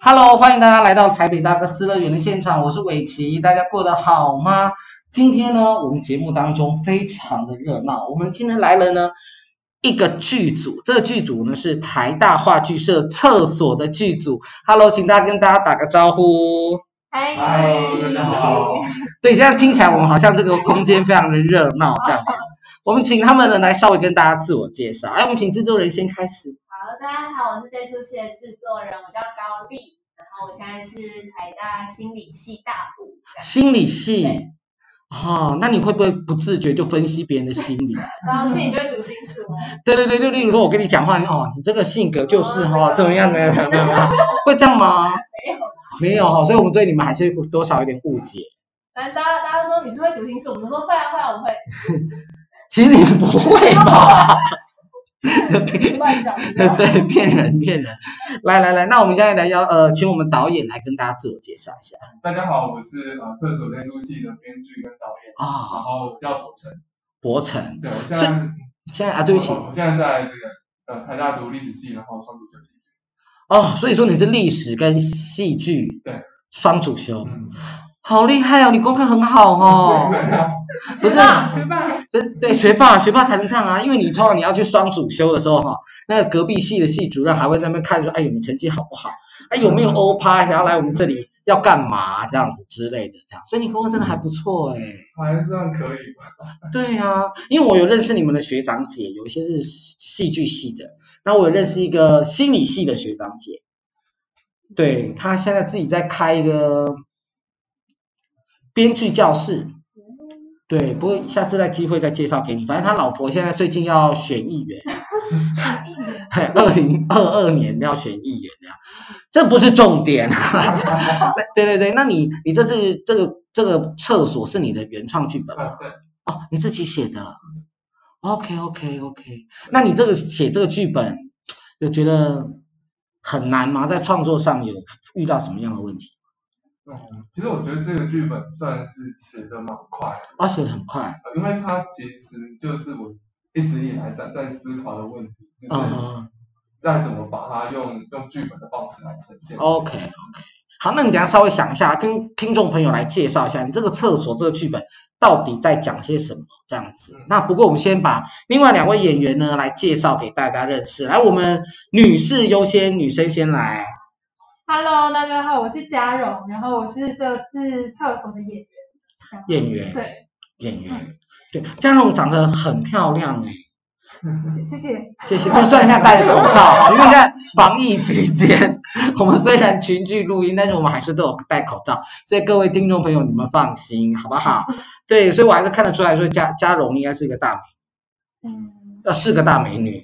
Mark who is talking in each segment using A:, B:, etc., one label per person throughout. A: Hello，欢迎大家来到台北大哥斯乐园的现场，我是伟奇，大家过得好吗？今天呢，我们节目当中非常的热闹，我们今天来了呢一个剧组，这个剧组呢是台大话剧社厕所的剧组。Hello，请大家跟大家打个招呼。
B: 嗨，
C: 嗨，大家好。
A: 对，这样听起来我们好像这个空间非常的热闹这样子。我们请他们呢来稍微跟大家自我介绍。哎，我们请制作人先开始。
B: 好，大家好，我是这出戏的制作人，我叫高丽，然后我现在是台大心理系大五。这样
A: 心理系
B: 对。
A: 哦，那你会不会不自觉就分析别人的心理？
B: 然后心理就会读心术 哦，
A: 对对对，就例如说我跟你讲话，你哦，你这个性格就是哦，怎么样怎么样怎么样，怎么样会这样吗？
B: 没有，
A: 没有哈，所以我们对你们还是有多少有点误解。
B: 反正大家大家说你是不是会读心术，我们说会啊会啊，我会
A: 其实你们不会吧？
B: 乱讲的。
A: 对，骗人骗人。来来来，那我们现在来要呃，请我们导演来跟大家自我介绍一下
C: 大家好，我是呃厕所这出戏的编剧跟导演，
A: 啊、
C: 然后我叫博成。
A: 博成，
C: 对，我现在
A: 现在啊，对不起
C: 我我现在在这个呃台大读历史系，然后双主修戏剧。
A: 哦，所以说你是历史跟戏剧
C: 对
A: 双主修，
C: 嗯，
A: 好厉害哦，你功课很好哦。 不是
B: 学霸，
A: 对对，学霸学霸才能唱啊，因为你通常你要去双主修的时候哈，那个隔壁系的系主任还会在那边看说，哎呦你成绩好不好？哎有没有欧趴想要来我们这里要干嘛、这样子之类的这样，所以你功课真的还不错哎、
C: 还算可以吧。
A: 对啊，因为我有认识你们的学长姐，有一些是戏剧系的，那我有认识一个心理系的学长姐，对她现在自己在开一个编剧教室，对，不过下次再机会再介绍给你。反正他老婆现在最近要选议员，二零二二年要选议员这样，这不是重点。啊对对对，那你你这次这个这个厕所是你的原创剧本吗？
C: 啊对，
A: 哦，你自己写的。OK OK OK，那你这个写这个剧本，有觉得很难吗？在创作上有遇到什么样的问题？
C: 嗯，其实我觉得这个剧本算是写的蛮快的，
A: 啊，写的很快。
C: 因为它其实就是我一直以来在在思考的问题，就
A: 嗯
C: 是
A: 哼
C: 再怎么把它用用剧本的方式来呈现。
A: ，OK OK。好，那你等一下稍微想一下，跟听众朋友来介绍一下你这个厕所这个剧本到底在讲些什么这样子
C: 嗯。
A: 那不过我们先把另外两位演员呢来介绍给大家认识。来，我们女士优先，女生先来。
D: Hello，大家好，我是嘉荣，然后我是这次厕所的演员。
A: 演员，
D: 对，嗯
A: 演员，对，嘉荣长得很漂亮哎、
D: 谢谢谢。
A: 谢谢。算一下戴着口罩 哈，因为现在防疫期间， 我们虽然群聚录音，但是我们还是都有戴口罩，所以各位听众朋友，你们放心好不 好？对，所以我还是看得出来说嘉嘉荣应该是一个大美，
D: 嗯，
A: 呃，是个大美女。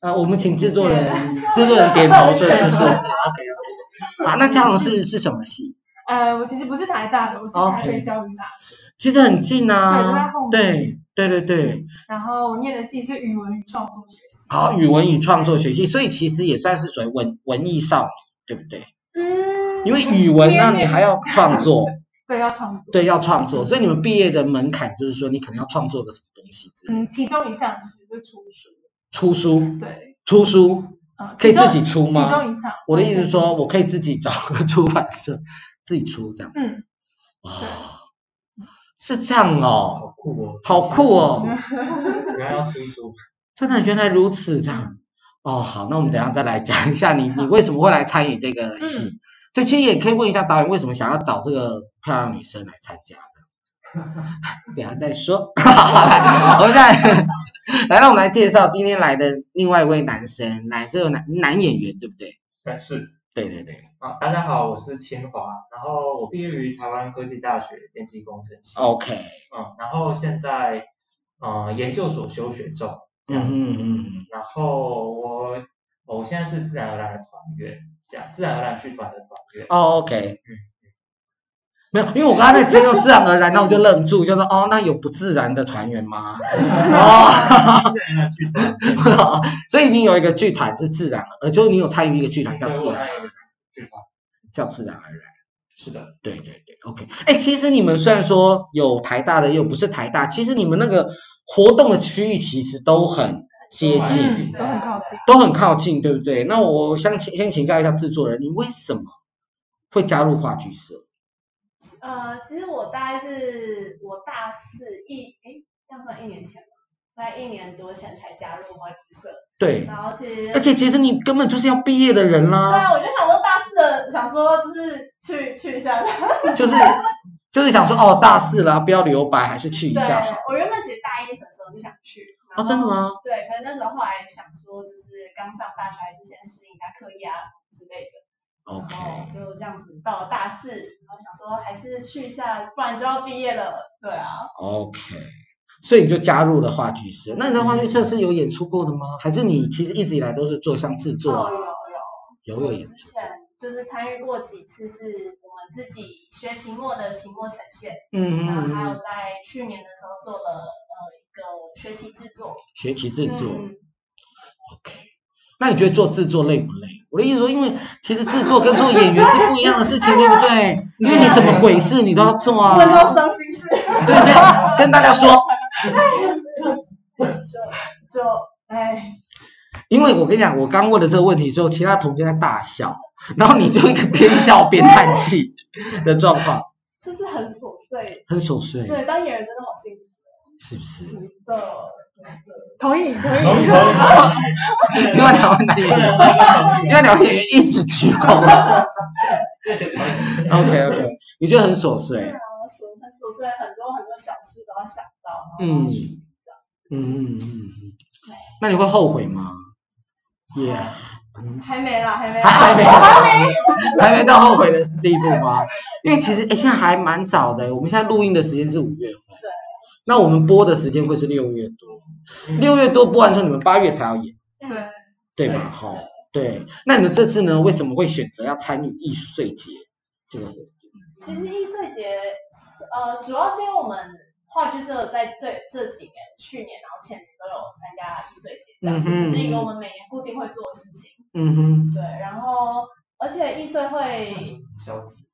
A: 呃，我们请制作人， 制作人点头说是是是，OK OK。好，那嘉荣是是什么戏？
D: 呃，我其实不是台大的，我是台
A: 哦 OK
D: 北教育大学
A: 其实很近
D: 对就在
A: 啊
D: 后，面
A: 对对对对，
D: 然后我念的系是语文与创作学系。
A: 好，语文与创作学系，所以其实也算是属于文文艺少女，对不对？
D: 嗯，
A: 因为语文那
D: 因为
A: 你还要创作。
D: 对要创作，
A: 对，要创作，所以你们毕业的门槛就是说，你可能要创作个什么东西之类的。
D: 嗯，其中一项是就出书，
A: 出书，
D: 对，
A: 出书，
D: 嗯，
A: 啊可以
D: 其中
A: 自己出吗
D: 其中一项，
A: 我的意思是说，我可以自己找个出版社自己出这样。
D: 嗯，
A: 哦，是这样哦，
E: 好酷哦！
A: 好酷哦，
E: 原来要出书，
A: 真的原来如此这样。哦，好，那我们等一下再来讲一下你你为什么会来参与这个戏。
E: 嗯
A: 对，其实也可以问一下导演为什么想要找这个漂亮女生来参加 的。等一下再说， 我们再来，让我们来介绍今天来的另外一位男生，来这个男男演员对不对？
E: 但是
A: 对对对，
E: 啊，大家好，我是清华，然后我毕业于台湾科技大学电机工程系，
A: ，OK，
E: 嗯，然后现在呃研究所休学中，
A: 嗯
E: 这样子，
A: 嗯嗯，
E: 然后我我现在是自然而然的团员，这样自然而然剧团的团员，
A: 哦，OK，没有，因为我刚才在接受自然而然，那我就愣住，就说哦，那有不自然的团员吗？ 哦。
E: 自然而然剧团，
A: 所以你有一个剧团是自然而，呃，就是你有参与一个剧团叫
E: 对，
A: 自
E: 我
A: 然，
E: 参与剧团，
A: 叫自然而然。
E: 是的，
A: 对对对，OK。哎，其实你们虽然说有台大的，又不是台大，其实你们那个活动的区域其实都很接近，
D: 嗯，都很靠近。
A: 都很靠近，对不对？那我想请先请教一下制作人，你为什么会加入话剧社？
B: 呃，其实我大概是我大四一，诶，这样算一年前吧，大概一年多前才加入话剧社，
A: 对，
B: 然后其实
A: 而且其实你根本就是要毕业的人
B: 对
A: 啦，
B: 啊，我就想说大四的，想说就是去去一下的。
A: 就是 就是想说哦，大四了，不要留白，还是去一
B: 对
A: 下好。，
B: 我原本其实大一的时候就想去，
A: 哦，真的？吗？
B: 对，可是那时候后来想说，就是刚上大学还是先适应一下课业啊什么之类的。
A: OK，
B: 然后就这样子到了大四，然后想说还是去一下，不然就要毕业了。对啊，
A: OK，所以你就加入了话剧社。那你在话剧社是有演出过的吗？还是你其实一直以来都是做像制作
B: 哦
A: 啊
B: 有有
A: 有
B: 我
A: 有演
B: 之前就是参与过几次，是我们自己学期末的期末呈现，
A: 嗯
B: 然后还
A: 嗯
B: 有
A: 嗯，
B: 在去年的时候做了呃一个学期制作。
A: 学习制作。
B: 嗯
A: OK，那你觉得做制作累不累？我的意思说，因为其实制作跟做演员是不一样的事情，对不对？因为你什么鬼事你都要做啊。
B: 问到伤心事，
A: 对不对？跟大家说，
B: 就哎，
A: 因为我跟你讲，我刚问了这个问题之后，其他同学在大笑，然后你就一个边笑边叹气的状况，
B: 就是很琐碎。
A: 很琐碎，
B: 对，当演员真的好辛苦，
A: 是不是？
B: 真的真的。
D: 同意同
B: 嗯
D: 意。
E: 同意同
B: 啊
E: 意。
A: 另外两位男演
E: 对
A: 员，
E: 同
A: 另外两位演员一直鞠 躬。
E: 意谢谢同意。
A: OK OK，你觉得很琐碎
B: 啊，？琐很琐碎，很多很多小事都要想到，然后
A: 嗯
B: 去
A: 嗯嗯嗯嗯。那你会后悔吗？也
B: 还没啦，还没
A: 还啊 还
B: 啦。
A: 没 还没到后悔的地步吗？因为其实哎，现在还蛮早的，我们现在录音的时间是五月份，
B: 对，
A: 那我们播的时间会是六月多，
E: 嗯
A: 六月多播完之后，你们八月才要演，
B: 对，
A: 对吧？好，对，那你们这次呢，为什么会选择要参与易碎节这个活动？
B: 其实易碎节，呃，主要是因为我们话剧社在这这几年，去年然后前年都有参加易碎节，这样就
A: 嗯哼
B: 只是一个我们每年固定会做的事情。
A: 嗯哼，
B: 对，然后而且易碎会
E: 消极。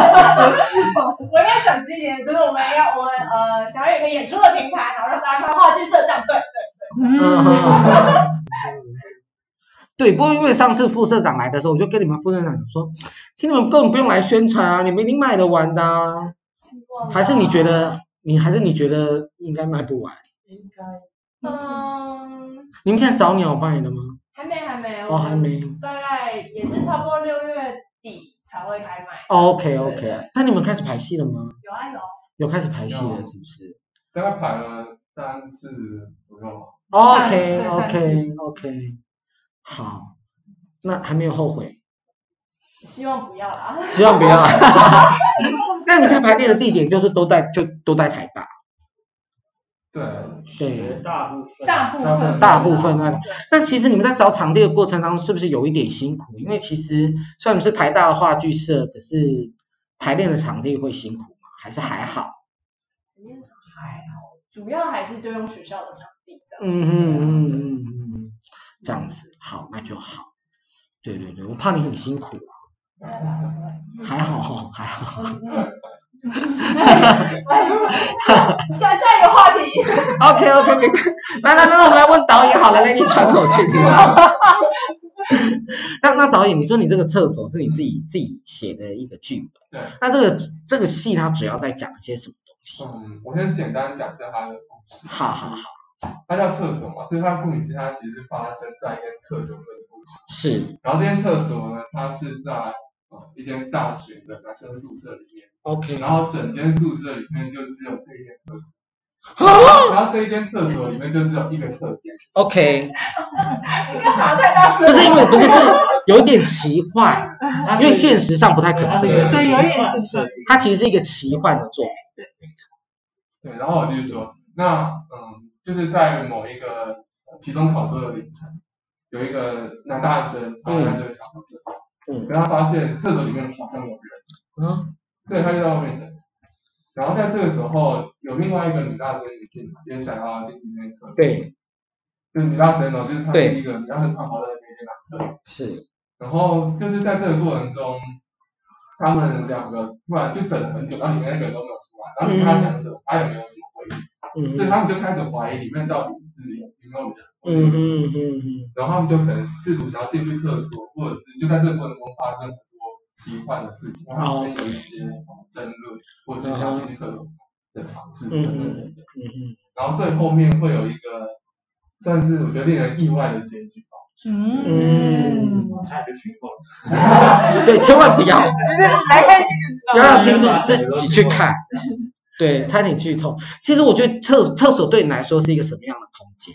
B: 我应该讲今年，就是我们要我们呃想要有一个演出的平台，然后让大家看话剧社这样，对对
A: 嗯
D: 嗯，
A: 哼。 对，不过因为上次副社长来的时候，我就跟你们副社长讲说，其实你们根本不用来宣传啊，你们一定卖得完的、啊。
B: 对。
A: 还是你觉？得你还是你觉得应该卖不完？
E: 应该
B: 嗯，
A: 你们现在找鸟卖了吗？
B: 还没还没，
A: 哦，还。没。
B: 大概也是差不多六月底才会开卖。
A: 哦，OK OK
B: 对。
A: 那你们开始排戏了吗？
B: 有啊有啊，
A: 有开始排戏了
E: 有
A: 是不是
C: 大概排了三次左右吧。
A: 哦？OK
D: 算是算
A: OK OK。好，那还没有后悔，
B: 希望不要啦。
A: 希望不要。那你们现在排练的地点就是都在就都在台大，
C: 对，
A: 对。
E: 大部分
D: 大部 分
A: 大部分啊，那其实你们在找场地的过程当中，是不是有一点辛苦？因为其实虽然你们是台大的话剧社，可是排练的场地会辛苦吗？还是还好？
B: 还好，主要还是就用学校的场地这样。
A: 嗯嗯嗯嗯嗯嗯，这样子好，那就好。对对对，我怕你很辛苦啊，
B: 对啦
A: 还好哈，还好。
B: 对啦下下一个话题，
A: OK OK，没关系。来来来，那我们来问导演好了，来你 喘口气，你喘口气。那那导演，你说你这个厕所是你自己自己写的一个剧本，
C: 对。
A: 那这个这个戏它主要在讲些什么东西？
C: 嗯，我先简单讲一下它的故事。
A: 好好好，
C: 它叫厕所嘛，所以它顾名思义，它其实发生在一间厕所的故事。
A: 是
C: 然后这间厕所呢，它是在呃一间大学的男生宿舍里面，
A: OK。
C: 然后整间宿舍里面就只有这一间厕所。
A: 啊
C: 然后这一间厕所里面就只有一个厕间，
A: OK，
B: 干嘛太大声
A: 不
B: 了？
A: 是因为不是这有一点奇 幻，因为现实上不太可能
E: 它。是一个
C: 对
D: 有一
E: 习
D: 点
E: 惯
D: 是
A: 它其实是一个奇幻的作品。
C: 对，然后我就说，那嗯，就是在某一个呃期中考周的凌晨，有一个男大生，他在这个小房厕所，
A: 嗯
C: 可他发现厕所里面好像有人，
A: 啊，
C: 嗯对，他就在外面等。然后在这个时候，有另外一个女大生也进来，也想要进去那个厕所，
A: 对，
C: 就是女大生哦，就是她
A: 对
C: 第一个女大生，她跑到那边去拿厕所，
A: 是
C: 然后就是在这个过程中，他们两个突然就等了很久，然后里面那个人都没有出来，然后你跟他讲什么，他也没有什么回应。
A: 嗯
C: 所以
A: 哼
C: 他们就开始怀疑里面到底是有有没有人，
A: 嗯哼嗯哼，
C: 然后他们就可能试图想要进去厕所，或者是就在这个过程中发生很多奇幻的事情，然后是有一些哦争论或者想去厕所的尝试等等等等。
A: 嗯哼，
C: 然后最后面会有一个算是我觉得令人意外的结局吧。
A: 嗯
E: 我差点就剧透了。
A: 对，千万不要，
D: 来看这
A: 不
D: 个
A: 要
D: 知道
A: 让听众自己去看。对，差点剧透。其实我觉得厕厕所对你来说是一个什么样的空间？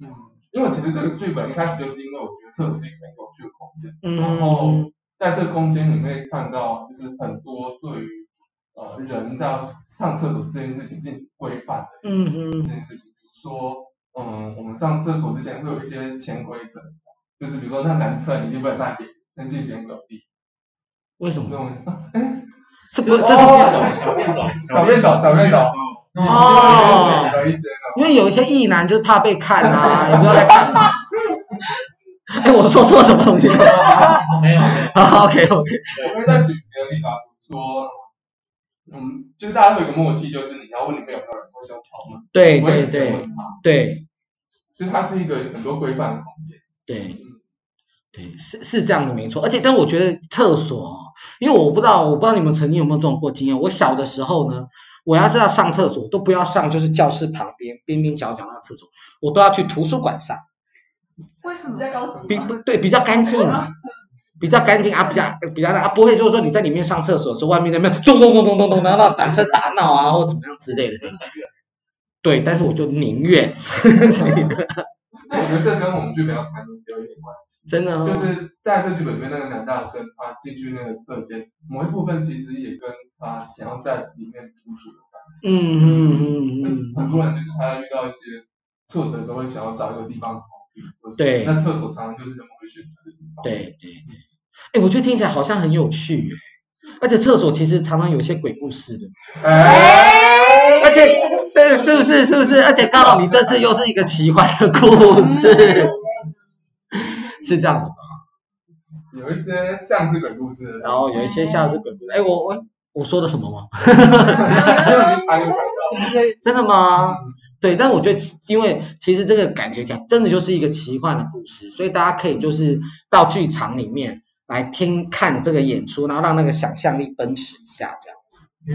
C: 嗯，因为其实这个剧本一开始就是因为我觉得厕所是一个很有趣的空间，然后
A: 嗯，
C: 在这个空间里面看到就是很多对于呃人在上厕所这件事情进行规范的
A: 嗯哼
C: 这，件事情，比如说嗯我们上厕所之前会有一些潜规则，就是比如说那男生一定不能在别先进别人隔壁，
A: 为什
C: 那
A: 么？
C: 种啊哎
A: 是不，这是不
C: 哦
E: 小便斗，
C: 小便斗小便斗
A: 哦
C: 有一间
A: 因为有一些异男就是怕被看啊，也不知道在干嘛。 哎，我说错什么东西了
E: 没 有没有，
A: ？OK OK，
C: 我会再举别的例子啊，比如说，嗯，就是大家会有一个默契，就是你要问里面有没有人会想敲门，
A: 对
C: 我也
A: 对
C: 直接
A: 对
C: 问他，
A: 对
C: 所以它是一个很多规范的空间。嗯
A: 对对，是是这样的，没错。而且，但我觉得厕所哦，因为我不知道，我不知道你们曾经有没有这种过经验。我小的时候呢，我要是要上厕所，都不要上就是教室旁边边边角角那厕所，我都要去图书馆上。
D: 为什么
B: 比较高级
A: 比
B: 吗？
A: 不对比较干净，比较干净啊，比较比较那啊，不会就是说你在里面上厕所的时候，外面那边咚咚咚咚咚咚，然后那打声打闹啊，或怎么样之类的。对，但是我就宁愿
C: 那我觉得这跟我们剧本要谈的东西有一点关系，
A: 真的哦
C: 就是在这剧本里面那个男大生他进去那个侧间，某一部分其实也跟他想要在里面独处有关系。
A: 嗯嗯嗯嗯
C: 嗯，很多人就是他遇到一些挫折的时候，会想要找一个地方逃避。或者是
A: 对
C: 那厕所常常就是人们会选择的地方。
A: 对对对，哎，我觉得听起来好像很有趣耶，而且厕所其实常常有一些鬼故事的，
C: 哎，
A: 而且对，是不是是不是？而且刚好你这次又是一个奇幻的故事， 是这样子吗？
C: 有一些像是鬼故事的东西，
A: 然后有一些像是鬼故事，哎，我我我说了什么吗？
C: 没有你猜就猜到。
A: 真的吗？对，但我觉得，因为其实这个感觉讲真的就是一个奇幻的故事，所以大家可以就是到剧场里面来听看这个演出，然后让那个想象力奔驰一下，这样。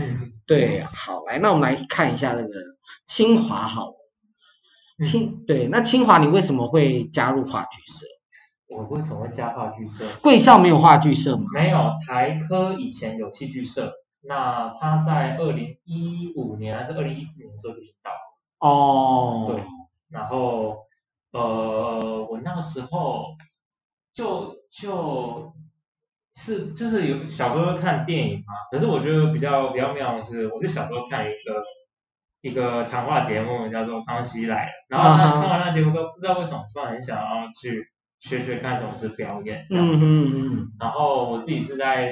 E: 嗯，
A: 对，好，来，那我们来看一下这个清华好了，
E: 嗯
A: 清对，那清华你为什么会加入话剧社？
E: 我为什么会加话剧社？
A: 贵校没有话剧社吗？
E: 没有，台科以前有戏剧社，那他在二零一五年还是二零一四年的时候就已经到了。
A: 哦，
E: 对，然后呃，我那个时候就就是就是有小时候看电影嘛，可是我觉得比较比较妙的是，我是小时候看一个一个谈话节目叫做《康熙来了》，然后
A: 啊
E: 看
A: 哈
E: 看完那节目之后，不知道为什么突然很想要去学学看什么是表演这样
A: 嗯
E: 子。
A: 嗯嗯，
E: 然后我自己是在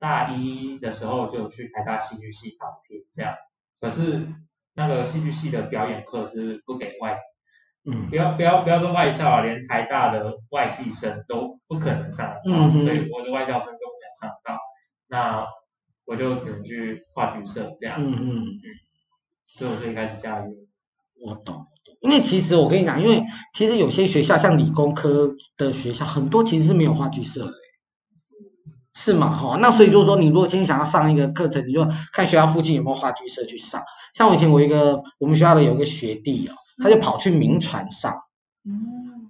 E: 大一的时候就去台大戏剧系旁听这样，可是那个戏剧系的表演课是不给外
A: 嗯
E: 不要不要不要说外校啊，连台大的外系生都不可能上得到，
A: 嗯哼
E: 所以我的外校生都不能上得到，那我就只能去话剧社这样，
A: 嗯嗯。
E: 所以我最开始加入。
A: 我懂，我懂因为其实我跟你讲，因为其实有些学校像理工科的学校，很多其实是没有话剧社的欸，是吗？哈，那所以就是说，你如果今天想要上一个课程，你就看学校附近有没有话剧社去上。像我以前我一个我们学校的有一个学弟哦，他就跑去名传上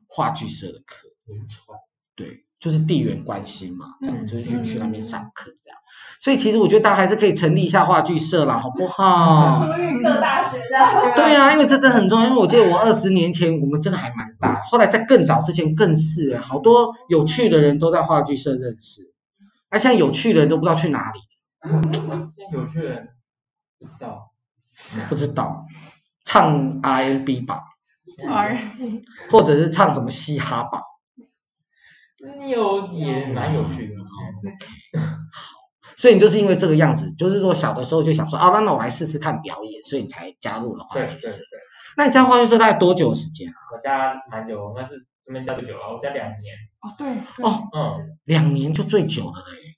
A: 话剧社的课，
E: 名传
A: 对，就是地缘关系嘛，这样
E: 嗯
A: 就是去去那边上课这样。所以其实我觉得大家还是可以成立一下话剧社啦，好不好？
B: 各大学的，
A: 对啊，因为这真的很重要。因为我记得我二十年前，我们真的还蛮大。后来在更早之前更是欸，好多有趣的人都在话剧社认识。那、现在有趣的人都不知道去哪里，
E: 现在有些人不知道，
A: 不知道唱 RMB 吧，
E: 现
B: 啊
E: 在
A: 或者是唱什么嘻哈吧。
E: 你有也蛮有趣的，
A: 所以你就是因为这个样子，就是说小的时候就想说啊，那那我来试试看表演，所以你才加入了话
E: 对
A: 剧
E: 对对
A: 社。，那你加入话剧社大概多久的时间啊？
E: 我家蛮久，我那是这边加最久了，我加两年，
D: 哦对
A: 哦，
E: 嗯，
A: 两年就最久了嘞。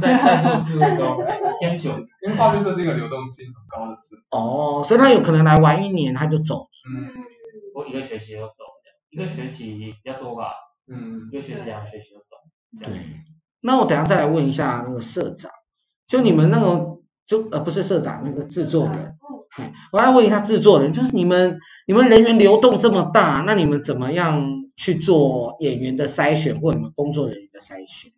E: 在在做事务中偏久，
C: 因为话剧社是一个流动性很高的事，
A: 哦，所以他有可能来玩一年他就走了。
C: 嗯
E: 我一个学期就走了，一个学期比较多吧，
C: 嗯
E: 一，个学期两个学期就走了。
A: 对，那我等一下再来问一下那个社长，就你们那个就呃不是社长那个制作人，嘿我来问一下制作人，就是你们你们人员流动这么大，那你们怎么样去做演员的筛选或你们工作人员的筛选？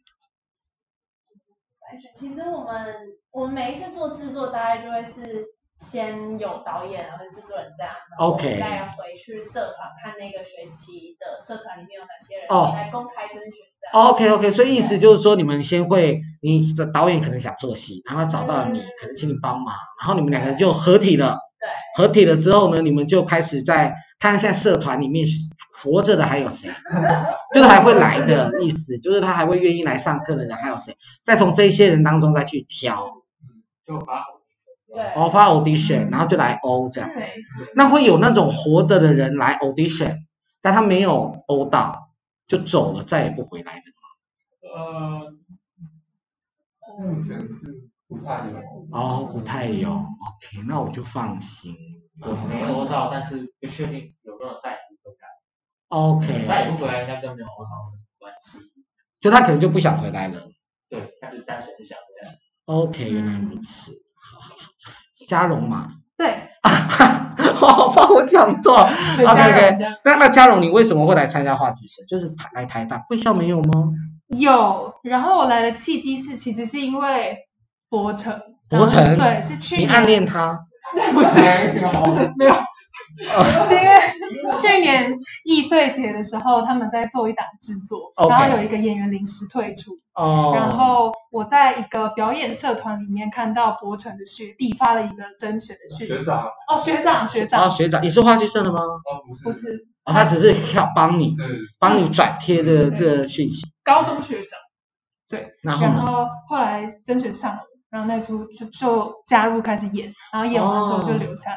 B: 筛选。其实我们我们每一次做制作，大概就会是先有导演跟制作人这样然后
A: OK
B: 再回去社团看那个学期的社团里面有哪些人，
A: 哦
B: 来公开甄选这样。
A: OK OK，所以意思就是说，你们先会，你的导演可能想做戏，然后他找到你
B: 嗯，
A: 可能请你帮忙，然后你们两个人就合体了。对，合体了之后呢，你们就开始在看现在社团里面活着的还有 谁，就是还会来的意思，就是他还会愿意来上课的人还有谁，再从这一些人当中再去挑，
E: 就发红
B: 对，嗯
A: 哦，发 audition，然后就来欧这样。
D: 对，
A: 那会有那种活着的人来 audition，但他没有欧到，就走了，再也不回来的。
C: 呃，
B: 嗯
C: 目前是不太有。
A: 哦，不太有。OK，那我就放心。
E: 我没欧到，但是不确定有没有再也不回来，再
A: OK，
E: 也不回来应该跟没有欧到有关系。
A: 就他可能就不想回来了。
E: 对，他就单纯不想回来。
A: OK，原
B: 嗯
A: 来如此。嘉荣嘛，
D: 对，
A: 我怕哦我讲错。
D: 对
A: 啊 OK，OK
D: 家人的
A: 那那嘉荣，你为什么会来参加话剧社？就是来台大，贵校没有吗？
D: 有。然后我来的契机是，其实是因为博成，
A: 博成
D: 然后对，是去
A: 你
D: 年
A: 暗恋他？
D: 不是
C: 没 有
D: 不是没有，是因为 去年易碎节的时候，他们在做一档制作
A: OK
D: 然后有一个演员临时退出，
A: 哦。
D: 然后我在一个表演社团里面看到博成的学弟发了一个甄选的讯
C: 学
D: 息，
C: 长啊，
D: 哦，学长学
A: 哦，
D: 长，
A: 学长，你是话剧社的吗？
C: 哦不是，
D: 不是
A: 哦，他只是要帮你，
C: 对，
A: 帮你转贴的这个讯息。
D: 高中学长，
A: 然后
D: 然
A: 呢？
D: 后后来甄选上了。然后那出就就加入开始演，然后演完之后就留下来。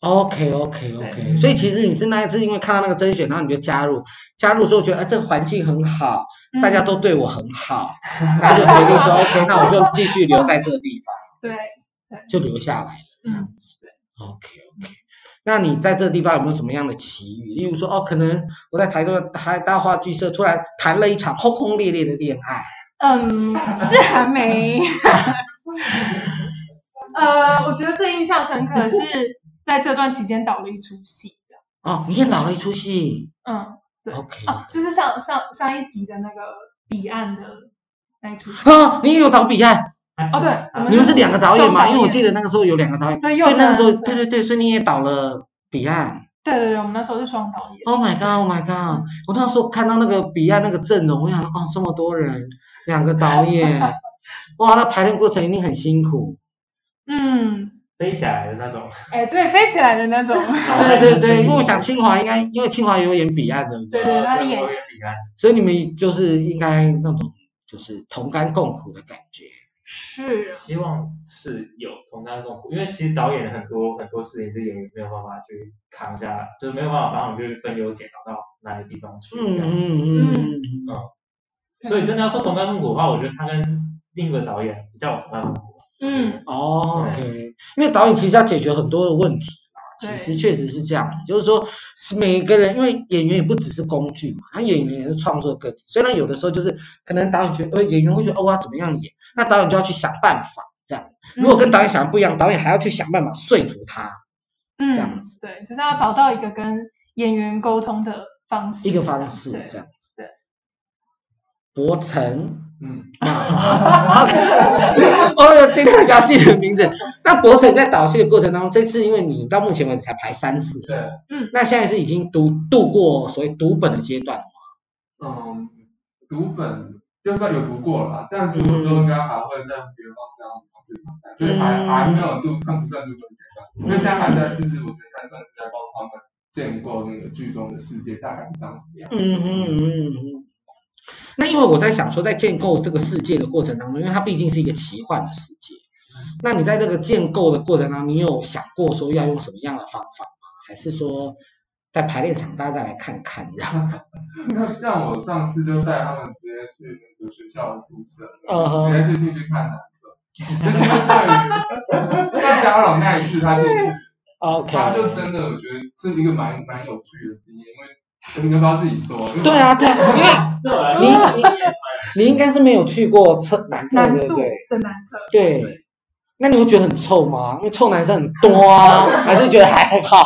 A: OK OK OK，所以其实你是那一次因为看到那个甄选，然后你就加入，加入之后觉得哎、这个环境很好，
D: 嗯
A: 大家都对我很好，然后就决定说 OK，那我就继续留在这个地方，
D: 对，
A: 就留下来了这样
D: 嗯
A: 子。OK OK，那你在这个地方有没有什么样的奇遇？例如说哦，可能我在台中台大话剧社突然谈了一场轰轰烈烈的恋爱，
D: 嗯，是还 没。呃，我觉得最印象深刻的是在这段期间导了一出戏，这样。
A: 哦，你也导了一出戏
D: 嗯，对
A: ，OK，
D: 哦，就是上上上一集的那个彼岸的那一出戏。
A: 啊，你也有导彼岸。
D: 哦，对，我
A: 你们是两啊个导演
D: 双
A: 嘛？
D: 导
A: 因为我记得那个时候有两个导演，所
D: 对
A: 以
D: 又
A: 那个时候，
D: 在
A: 对对对，所以你也导了《彼岸
D: 对对对，我们那时候是双导演。》。
A: Oh my god，Oh my god！我那时候看到那个《彼岸》那个阵容，我想，哦，这么多人，两个导 演，哇，那排练过程一定很辛苦。
D: 嗯，
E: 飞起来的那种。
D: 哎，对，飞起来的那种。
A: 对对对，因为我想清华应该，因为清华有演《彼岸》，对不对？
D: 对对他
A: 啊
D: 演
E: 我也平安。
A: 所以你们就是应该那种就是同甘共苦的感觉。
D: 是，
E: 希望是有同甘共苦，因为其实导演很多很多事情是演员没有办法去扛下来，就是没有办法帮我们去分忧解劳到哪个地方去
A: 嗯
E: 这样子。
A: 嗯嗯嗯。
E: 所以真的要说同甘共苦的话，我觉得他跟另一个导演比较有同甘共苦。
D: 嗯，
A: 哦，OK，因为导演其实要解决很多的问题啦，
D: 对
A: 其实确实是这样子，就是说是每个人，因为演员也不只是工具嘛，他演员也是创作个体，虽然有的时候就是可能导演觉得，呃，演员会觉得哦，我要怎么样演，那导演就要去想办法这样。如果跟导演想的不一样，导演还要去想办法说服他
D: 嗯
A: 这样子
D: 对，就是要找到一个跟演员沟通的方式，
A: 一个方式
D: 对
A: 这样子
D: 对。
A: 博成
C: 嗯，
A: 啊，OK，我有记得一下自己的名字。那博成在导戏的过程当中，这次因为你到目前为止才排三次，
C: 对，
A: 那现在是已经读度过所谓读本的阶段了
C: 嗯，读本就算有读过了啦，但是我之
A: 嗯
C: 后应该还会在别的方式上尝试看看，所以还还没有读，算不算读本阶段？因为现在还在，就是我觉得还算是在帮他们建构那个剧中的世界大概是长什么样。
A: 嗯哼嗯哼嗯哼。那因为我在想说，在建构这个世界的过程当中，因为它毕竟是一个奇幻的世界，那你在这个建构的过程当中，你有想过说要用什么样的方法吗？还是说在排练场大家再来看看这样？
C: 那像我上次就带他们直接去那个学校的宿舍，
A: 嗯哼
C: 直接去进去看男生，就是因为对于那家长那一次他进去，
A: ？OK，
C: 他就真的我觉得是一个蛮蛮有趣的经验，因为你要不要自己说？因为
A: 对，啊，对啊，因为
E: 对我来说，你
A: 你应该是没有去过厕男厕，
D: 男
A: 对不
D: 宿
A: 对？
D: 的男厕，
A: 对。那你会觉得很臭吗？因为臭男生很多 啊，还是觉得还好？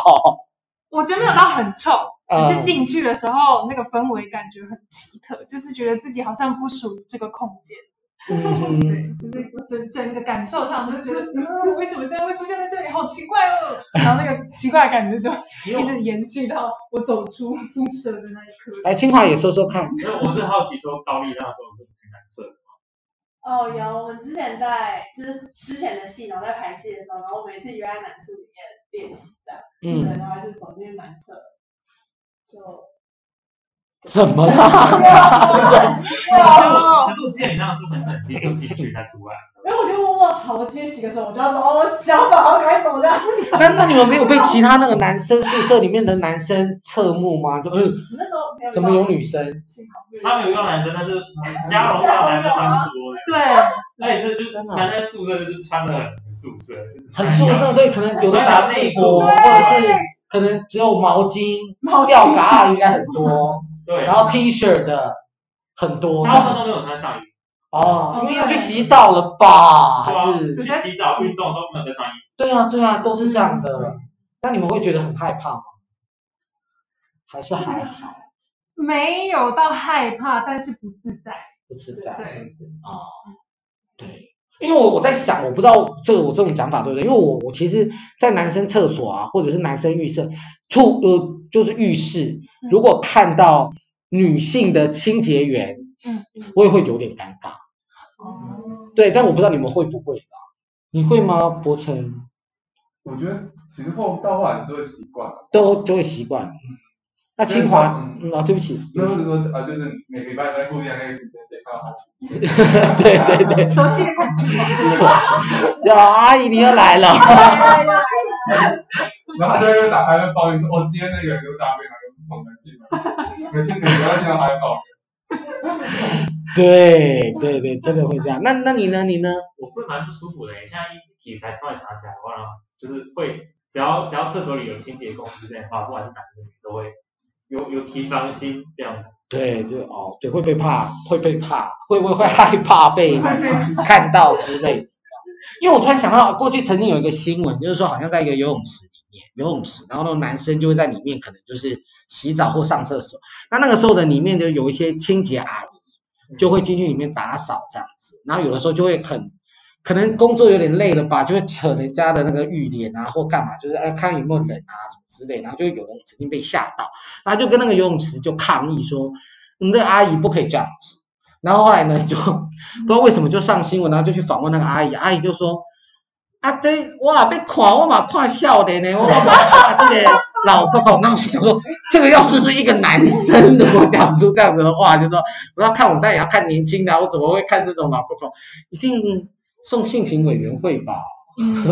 D: 我觉得没有到很臭，只
A: 嗯
D: 是进去的时候那个氛围感觉很奇特，就是觉得自己好像不属于这个空间。
A: 嗯哼，
D: 对，就是我整整个感受上，我就觉得，嗯，为什么这样会出现在这里？好奇怪哦。然后那个奇怪的感觉就一直延续到我走出宿舍的那一刻。
A: 来清华也说说看。
E: 因为我是好奇说高丽那时候是不是男厕，
B: 哦，有，我们之前在就是之前的戏，然后在排戏的时候，然后我们也是约在男宿里面练习这样，
A: 嗯，
B: 对，然后还是走进去男厕，就
A: 怎 么了？
B: 很奇怪
E: 可是
B: 哦。
E: 我可是我记得你那时候很冷静就进去再 出来，
B: 因为我觉得我好，我今天洗个手，我就要走，哦，我想走，好，赶快走这样。
A: 那那你们没有被其他那个男生宿舍里面的男生侧目吗？就嗯，
B: 那时候没有
A: 怎么有女生？
B: 幸好没有
E: 他没有用男生，但是嘉荣用男生蛮多的，
D: 对，
E: 那也是就是
A: 真的
E: 男生宿舍就是穿的很宿舍，就是
A: 很宿舍，所以可能有的打内裤，或者是可能只有毛巾、
B: 毛巾
A: 吊嘎啊应该很多，
E: 对，
A: 然后 T 恤的很多。
E: 大部分都没有穿上衣，
A: 哦，因为要去洗澡了吧？
E: 对啊
A: 还是
E: 去洗澡、运动都不能再穿衣服，
A: 对啊，对啊，都是这样的。那你们会觉得很害怕吗？还是还好，
D: 没有到害怕，但是不自在。
A: 不自在。
D: 对，
B: 哦，
A: 对，因为我我在想，我不知道这个我这种讲法对不对？因为我我其实，在男生厕所啊，或者是男生浴室处呃就是浴室，如果看到女性的清洁员，
D: 嗯，
A: 我也会有点尴尬。
B: 哦，
A: 对，但我不知道你们会不会啊？你会吗？博成
C: 我觉得其实后到后来你都会习惯了。
A: 都都会习惯。嗯那清华，嗯啊，对不起，
C: 那就是说啊，就是每个礼拜都在固定的那个时间点看到他出现。
A: 对对对，
D: 熟悉的感 觉哎吗？
A: 叫阿姨你又来 了。
C: 然后他就会打开会抱怨说：“哦，今天那个人又大便了，又不冲门进 来。”每天每天要见到他还抱怨。
A: 对对对，真的会这样。那那你呢？你呢？
E: 我会蛮不舒服的。欸现在一提才突然想起来，我好像就是会，只要只要厕所里有清洁工之类的话，不管是男生女都会有有提防心这样子。
A: 对，就哦，对，会被怕，会被怕，会不会会害怕被看到之类的？因为我突然想到，过去曾经有一个新闻，就是说好像在一个游泳池里面，游泳池，然后那种男生就会在里面，可能就是洗澡或上厕所。那那个时候的里面就有一些清洁阿姨就会进去里面打扫这样子，然后有的时候就会很。可能工作有点累了吧，就会扯人家的那个浴帘啊，或干嘛，就是哎看有没有人啊什么之类，然后就有人曾经被吓到，然后就跟那个游泳池就抗议说，你那个阿姨不可以这样子。然后后来呢，就不知道为什么就上新闻，然后就去访问那个阿姨，阿姨就说：“啊，对，我也被看，我嘛看笑的呢，我嘛看这个老公公。”那我就想说，这个要是是一个男生，如果讲出这样子的话，就说我要看我，但也要看年轻的啊，我怎么会看这种老公公？一定送性平委员会吧？嗯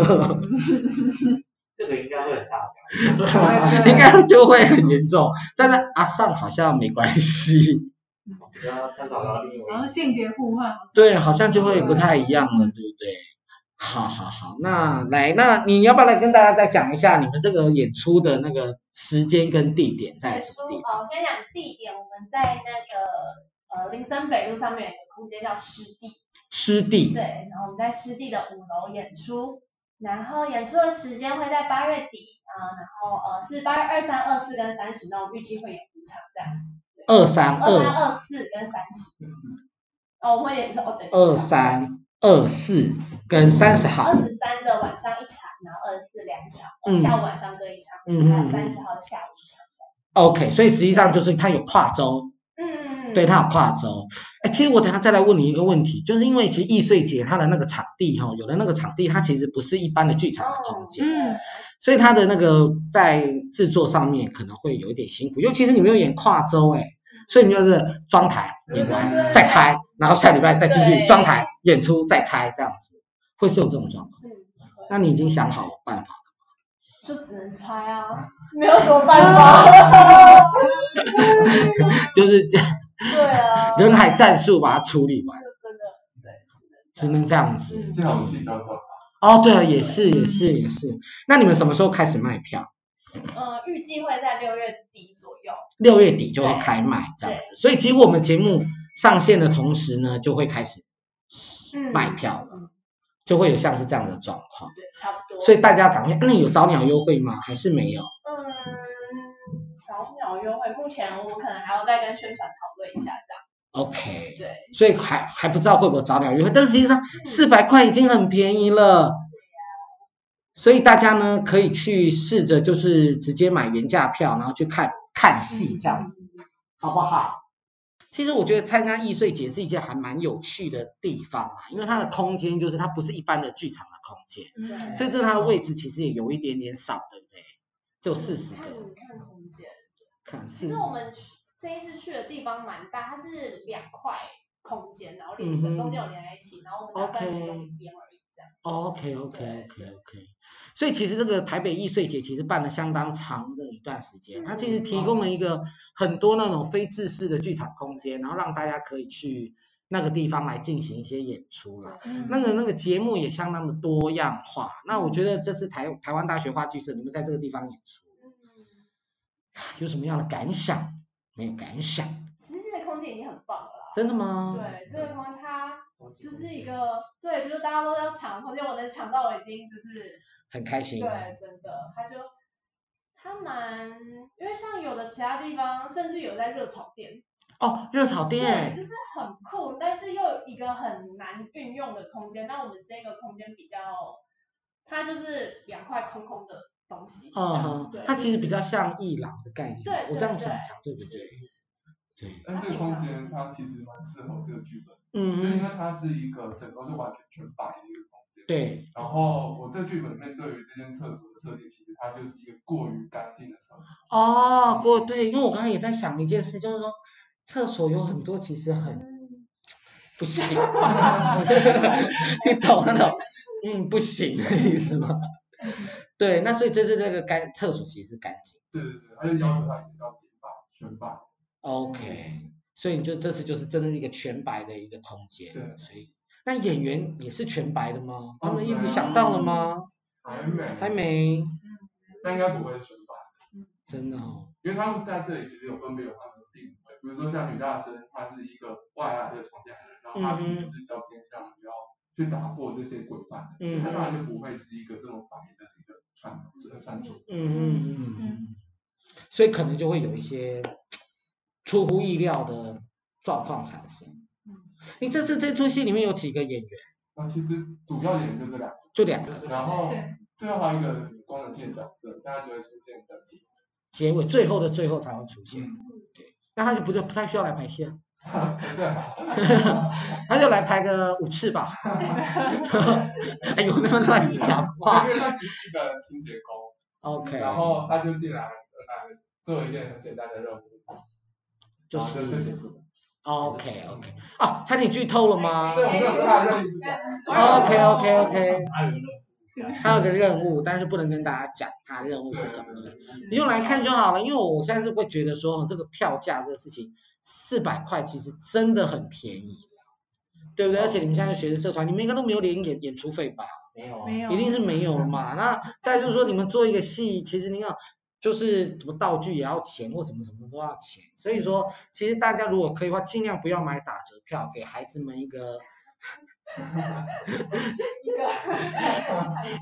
E: 这个应该会很大条。
A: 应该就会很严重。但是阿尚好像没关系。
E: 然后他找到另外
D: 然
E: 一
D: 后
E: 个，
D: 性别互换，
A: 对，好像就会不
B: 嗯
A: 太一样了，对不对？好好好，那来，那你要不要来跟大家再讲一下你们这个演出的那个时间跟地点在什么地方？
B: 哦，先讲地点，我们在那个呃林森北路上面有一个空间叫湿地，
A: 湿地，
B: 对，然后我们在湿地的五楼演出，然后演出的时间会在八月底啊、然后呃是八月二三、二四跟三十，那我们预计会演五场这样，
A: 二三
B: 二
A: 二
B: 三、
A: 嗯
B: 二四跟三十，哦，我们会演哦对，
A: 二三二四跟三十号
B: 二，十三的晚上一场，然后二十四两场，呃
A: 嗯
B: 下午晚上各一场，
A: 嗯
B: 还
A: 嗯嗯
B: 有三十号的下午一场。
A: OK，所以实际上就是它有跨州，
B: 嗯，
A: 对，它有跨州。哎，其实我等一下再来问你一个问题，就是因为其实易碎节它的那个场地哈、有的那个场地它其实不是一般的剧场的空间，
D: 嗯，
A: 所以它的那个在制作上面可能会有一点辛苦，尤其是你们有演跨州哎、所以你们就是装台演完
B: 对对对
A: 再拆，然后下礼拜再进去
B: 对
A: 装台演出再拆这样子，会是有这种状况。
B: 嗯，
A: 那你已经想好办法
B: 就只能猜啊，没有什么办
A: 啊
B: 法。
A: 了，就是这样
B: 对啊，
A: 人海战术把它处理完
B: 就，真的对，只能
A: 只能这样子。
B: 嗯
C: 幸好我去高高，
A: 哦，对了，也是也是也是。那你们什么时候开始卖票？
B: 嗯呃，预计会在六月底左右。
A: 六月底就要开卖这样子，所以几乎我们节目上线的同时呢，就会开始
B: 嗯
A: 卖票了，就会有像是这样的状况。
B: 对，差不多。
A: 所以大家赶快，那你有早鸟优惠吗？还是没有？
B: 嗯，扫秒优惠，目前我可能还要再跟宣传讨论一下这样。
A: OK，
B: 对，
A: 所以还还不知道会不会早鸟优惠，但实际上四百块已经很便宜了。所以大家呢可以去试着就是直接买原价票，然后去看看戏这样子，好不好？其实我觉得参加艺穗节是一件还蛮有趣的地方啊，因为它的空间就是它不是一般的剧场的空间，
B: 对
A: 所以这它的位置其实也有一点点少，对不对？就四十
B: 看
A: 个，
B: 你看空间。
A: 看
B: 其
A: 四
B: 实我们这一次去的地方蛮大，它是两块空间，然后连
A: 嗯哼
B: 中间有连在一起，然后我们打算只用一边而已这样。
A: OK OK
B: 对
A: OK OK，所以其实这个台北艺穗节其实办了相当长的一段时间，它其实提供了一个很多那种非制式的剧场空间，然后让大家可以去那个地方来进行一些演出啦。那个那个节目也相当的多样化。那我觉得这次台台湾大学话剧社你们在这个地方演出
B: 嗯，
A: 有什么样的感想？没有感想，
B: 其实这个空间已经很棒了啦。
A: 真的吗？
B: 对，这个空间它就是一个对，就是大家都要抢空间，我能抢到我已经就是
A: 很开心。
B: 对，真的，它就它蛮，因为像有的其他地方甚至有在热炒店，
A: 哦，热炒
B: 对，
A: 店，
B: 就是很酷，但是又有一个很难运用的空间。那我们这个空间比较，它就是两块空空的东西，这样
A: 嗯，
B: 对，
A: 它其实比较像艺廊的概念，
B: 对
A: 我
B: 对
A: 这样想
B: 对
A: 讲对不
B: 是
A: 对？
B: 是
A: 对，
C: 但这个空间它其实蛮适合这个剧本，就是因
A: 嗯，
C: 为它是一个整个是完全全白的一个空间。
A: 对，
C: 然后我这剧本里面对于这间厕所的设定，其实它就是一个过于干净的厕所。
A: 哦，不对，因为我刚刚也在想一件事，就是说厕所有很多其实很
B: 嗯
A: 不行， 你懂那懂，嗯，不行的意思吗？ 对，那所以这次这个干厕所其实是干净
C: 对对对，而且要求它一定要洁白、全白。
A: ，OK，所以你就这次就是真的是一个全白的一个空间，
C: 对
A: 所以那演员也是全白的吗？他
C: 哦
A: 们衣服
C: 没有
A: 想到了吗？
C: 还美，
A: 还，没，
C: 但应该不会全白，
A: 真的哦，
C: 因为他们在这里其实有分别有他们的定位，比如说像女大生，她是一个外来的创建人，然后她其
A: 嗯
C: 实是比较偏向于要去打破这些规范的，
A: 嗯
C: 她当然就不会是一个这么白的一个穿呃穿着。
A: 嗯嗯嗯嗯，所以可能就会有一些出乎意料的状况产生。
C: 嗯
A: 你这次这出戏里面有几个演员？
C: 那其实主要演员就这两
A: 就两个，
C: 个，然后
D: 对
C: 最后还有一个功能性的角色，大家只会出现的 几个。
A: 结尾最后的最后才会出现。
C: 嗯
A: 那他就不就不太需要来排戏 啊，
C: 对啊，
A: 他就来排个五次 吧。哎呦，那么乱讲话。
C: 因为他只是一个清洁 工，
A: OK，
C: 然后他就进来来做一件很简单的任务，
A: 就
C: 然后就就是结束了。
A: OK OK 啊，差点剧透了吗
C: 对，我没有说他的任务是啥。
A: ？OK OK OK，
E: 还有一个
A: 还有个任务，但是不能跟大家讲他任务是什么。
C: 嗯
A: 你用来看就好了，因为我现在是会觉得说哦这个票价这个事情，四百块其实真的很便宜了对不对？而且你们现在是学生社团，你们应该都没有领演演出费吧？
E: 没有啊，
D: 没有，
A: 一定是没有了嘛。那再就是说，你们做一个戏，其实你看，就是什么道具也要钱，或什么什么都要钱。所以说，其实大家如果可以的话，尽量不要买打折票，给孩子们一 个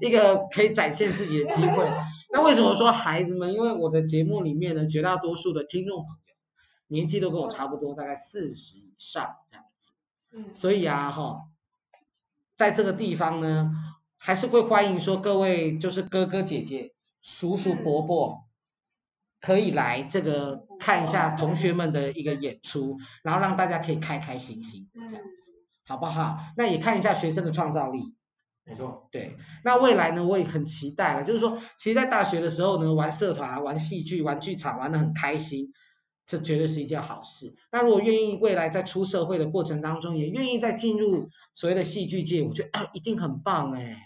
A: 一个可以展现自己的机会。那为什么说孩子们？因为我的节目里面呢，绝大多数的听众朋友年纪都跟我差不多，大概四十以上这样子。
B: 嗯
A: 所以啊，哈，在这个地方呢，还是会欢迎说各位就是哥哥姐姐、叔叔伯伯，可以来这个看一下同学们的一个演出，然后让大家可以开开心心
B: 嗯
A: 的这样子，好不好？那也看一下学生的创造力。
E: 没错，
A: 对，那未来呢，我也很期待了。就是说，其实，在大学的时候呢，玩社团啊、玩戏剧、玩剧场，玩的很开心，这绝对是一件好事。那如果愿意未来在出社会的过程当中，也愿意再进入所谓的戏剧界，我觉得、啊、一定很棒哎、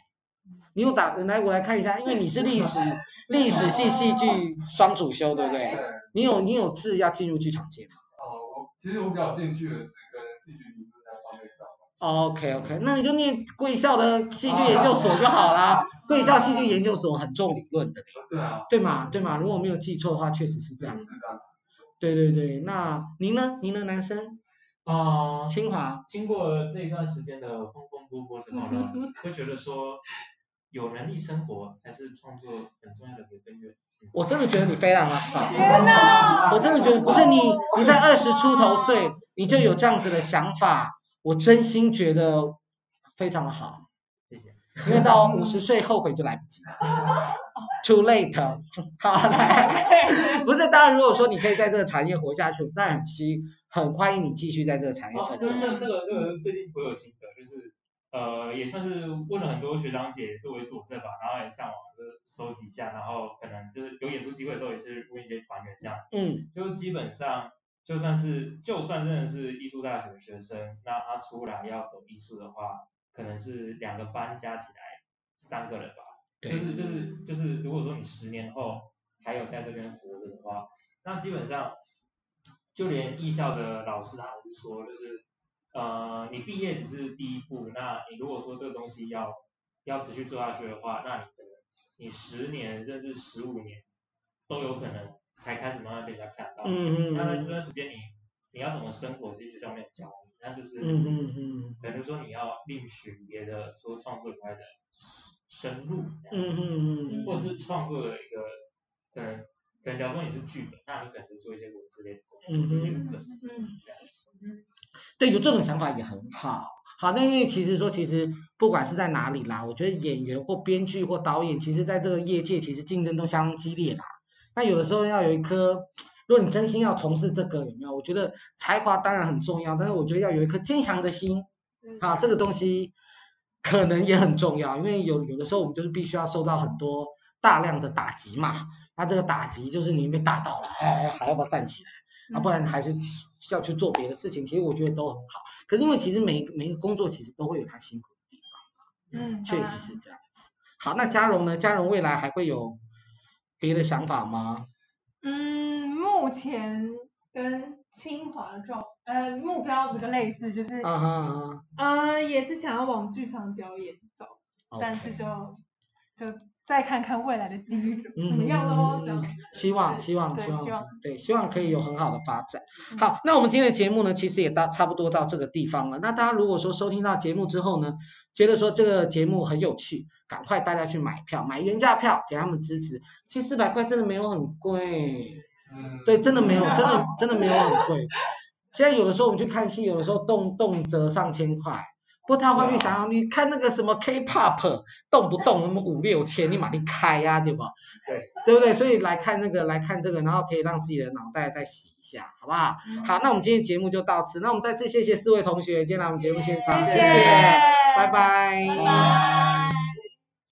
A: 你有打来，我来看一下，因为你是历史历史系戏剧双主修，对不
C: 对，
A: 对？
C: 哦，
A: 你有你有志要进入剧场界吗
C: 呃我其实我比较有兴趣的是跟戏剧理论那方面的。
A: ？OK OK，那你就念贵校的戏剧研究所就好啦。贵校戏剧研究所很重理论的。
C: 对啊，
A: 对嘛，对嘛，如果没有记错的话，确实是这样
C: 是。的，
A: 对对对，那您呢？您呢，男生？
E: 啊、
A: 清华，
E: 经过了这一段时间的风风波波之后呢，会觉得说，有能力生活才是创作很重要的一个根源。
A: 我真的觉得你非常的好，
D: 天哪！
A: 我真的觉得不是你，你在二十出头岁你就有这样子的想法，我真心觉得非常的好，
E: 谢谢。
A: 因为到五十岁后悔就来不及了，too late。好，来，不是，当然如果说你可以在这个产业活下去，那很希很欢迎你继续在这个产业
E: 哦，
A: 奋
E: 这
A: 斗。
E: 个这个这个这个最近颇有心得，就是呃也算是问了很多学长姐作为佐证吧，然后也上网就是搜集一下，然后可能就是有演出机会的时候也是问一些团员这样。
A: 嗯
E: 就基本上就算是就算真的是艺术大学学生，那他出来要走艺术的话，可能是两个班加起来三个人吧。
A: 对
E: 就是就是就是，如果说你十年后还有在这边活着的话，那基本上就连艺校的老师他们就说，就是呃，你毕业只是第一步，那你如果说这个东西要要持续做下去的话，那你可能你十年甚至十五年都有可能才开始慢慢被人家看到。
A: 嗯嗯
E: 那在
A: 嗯
E: 这段时间你你要怎么生活，其实学校没有教你，那就是
A: 嗯嗯嗯
E: 可能就说你要另寻别的除了创作以外的生路，这样，
A: 嗯嗯
E: 或
A: 嗯，
E: 者是创作的一个可能可能假如说你是剧本，那你可能就做一些文字类的工
A: 嗯
E: 作，做一些
A: 哼
E: 梗这样。
A: 对，有这种想法也很好。好，那因为其实说，其实不管是在哪里啦，我觉得演员或编剧或导演，其实在这个业界其实竞争都相当激烈啦。那有的时候要有一颗，如果你真心要从事这个，有没有？我觉得才华当然很重要，但是我觉得要有一颗坚强的心啊，这个东西可能也很重要，因为有有的时候我们就是必须要受到很多大量的打击嘛。那这个打击就是你被打倒了，哎，还要不要站起来？啊，不然还是要去做别的事情。其实我觉得都很好，可是因为其实每每个工作其实都会有它辛苦的地
D: 嗯，
A: 方，确实是这样子。好，那嘉荣呢？嘉荣未来还会有别的想法吗？
D: 嗯，目前跟清华的状呃目标比较类似，就是
A: 啊哈啊
D: 呃也是想要往剧场表演走，
A: 哈，
D: 但是
A: OK
D: 就就再看看未来的机遇
A: 嗯
D: 怎么样喽，这样
A: 嗯嗯嗯希望，
D: 对
A: 希望，
D: 对
A: 希望
D: 希望，
A: 对，希望可以有很好的发展。
D: 嗯
A: 好，那我们今天的节目呢，其实也到差不多到这个地方了。那大家如果说收听到节目之后呢，觉得说这个节目很有趣，赶快大家去买票，买原价票给他们支持。其实四百块真的没有很贵，
C: 嗯，
A: 对，真的没有，真的真的没有很贵。现在有的时候我们去看戏，有的时候动动辄上千块。不过他花率想要你看那个什么 K-pop，动不动那么五六千，你马上开呀、对吧？
E: 对，
A: 对不对？所以来看那个，来看这个，然后可以让自己的脑袋再洗一下，好不好？好，那我们今天节目就到此。那我们再次谢谢四位同学今天来我们节目现场，
D: 谢
A: 谢
D: 谢
A: 拜拜
D: 拜拜。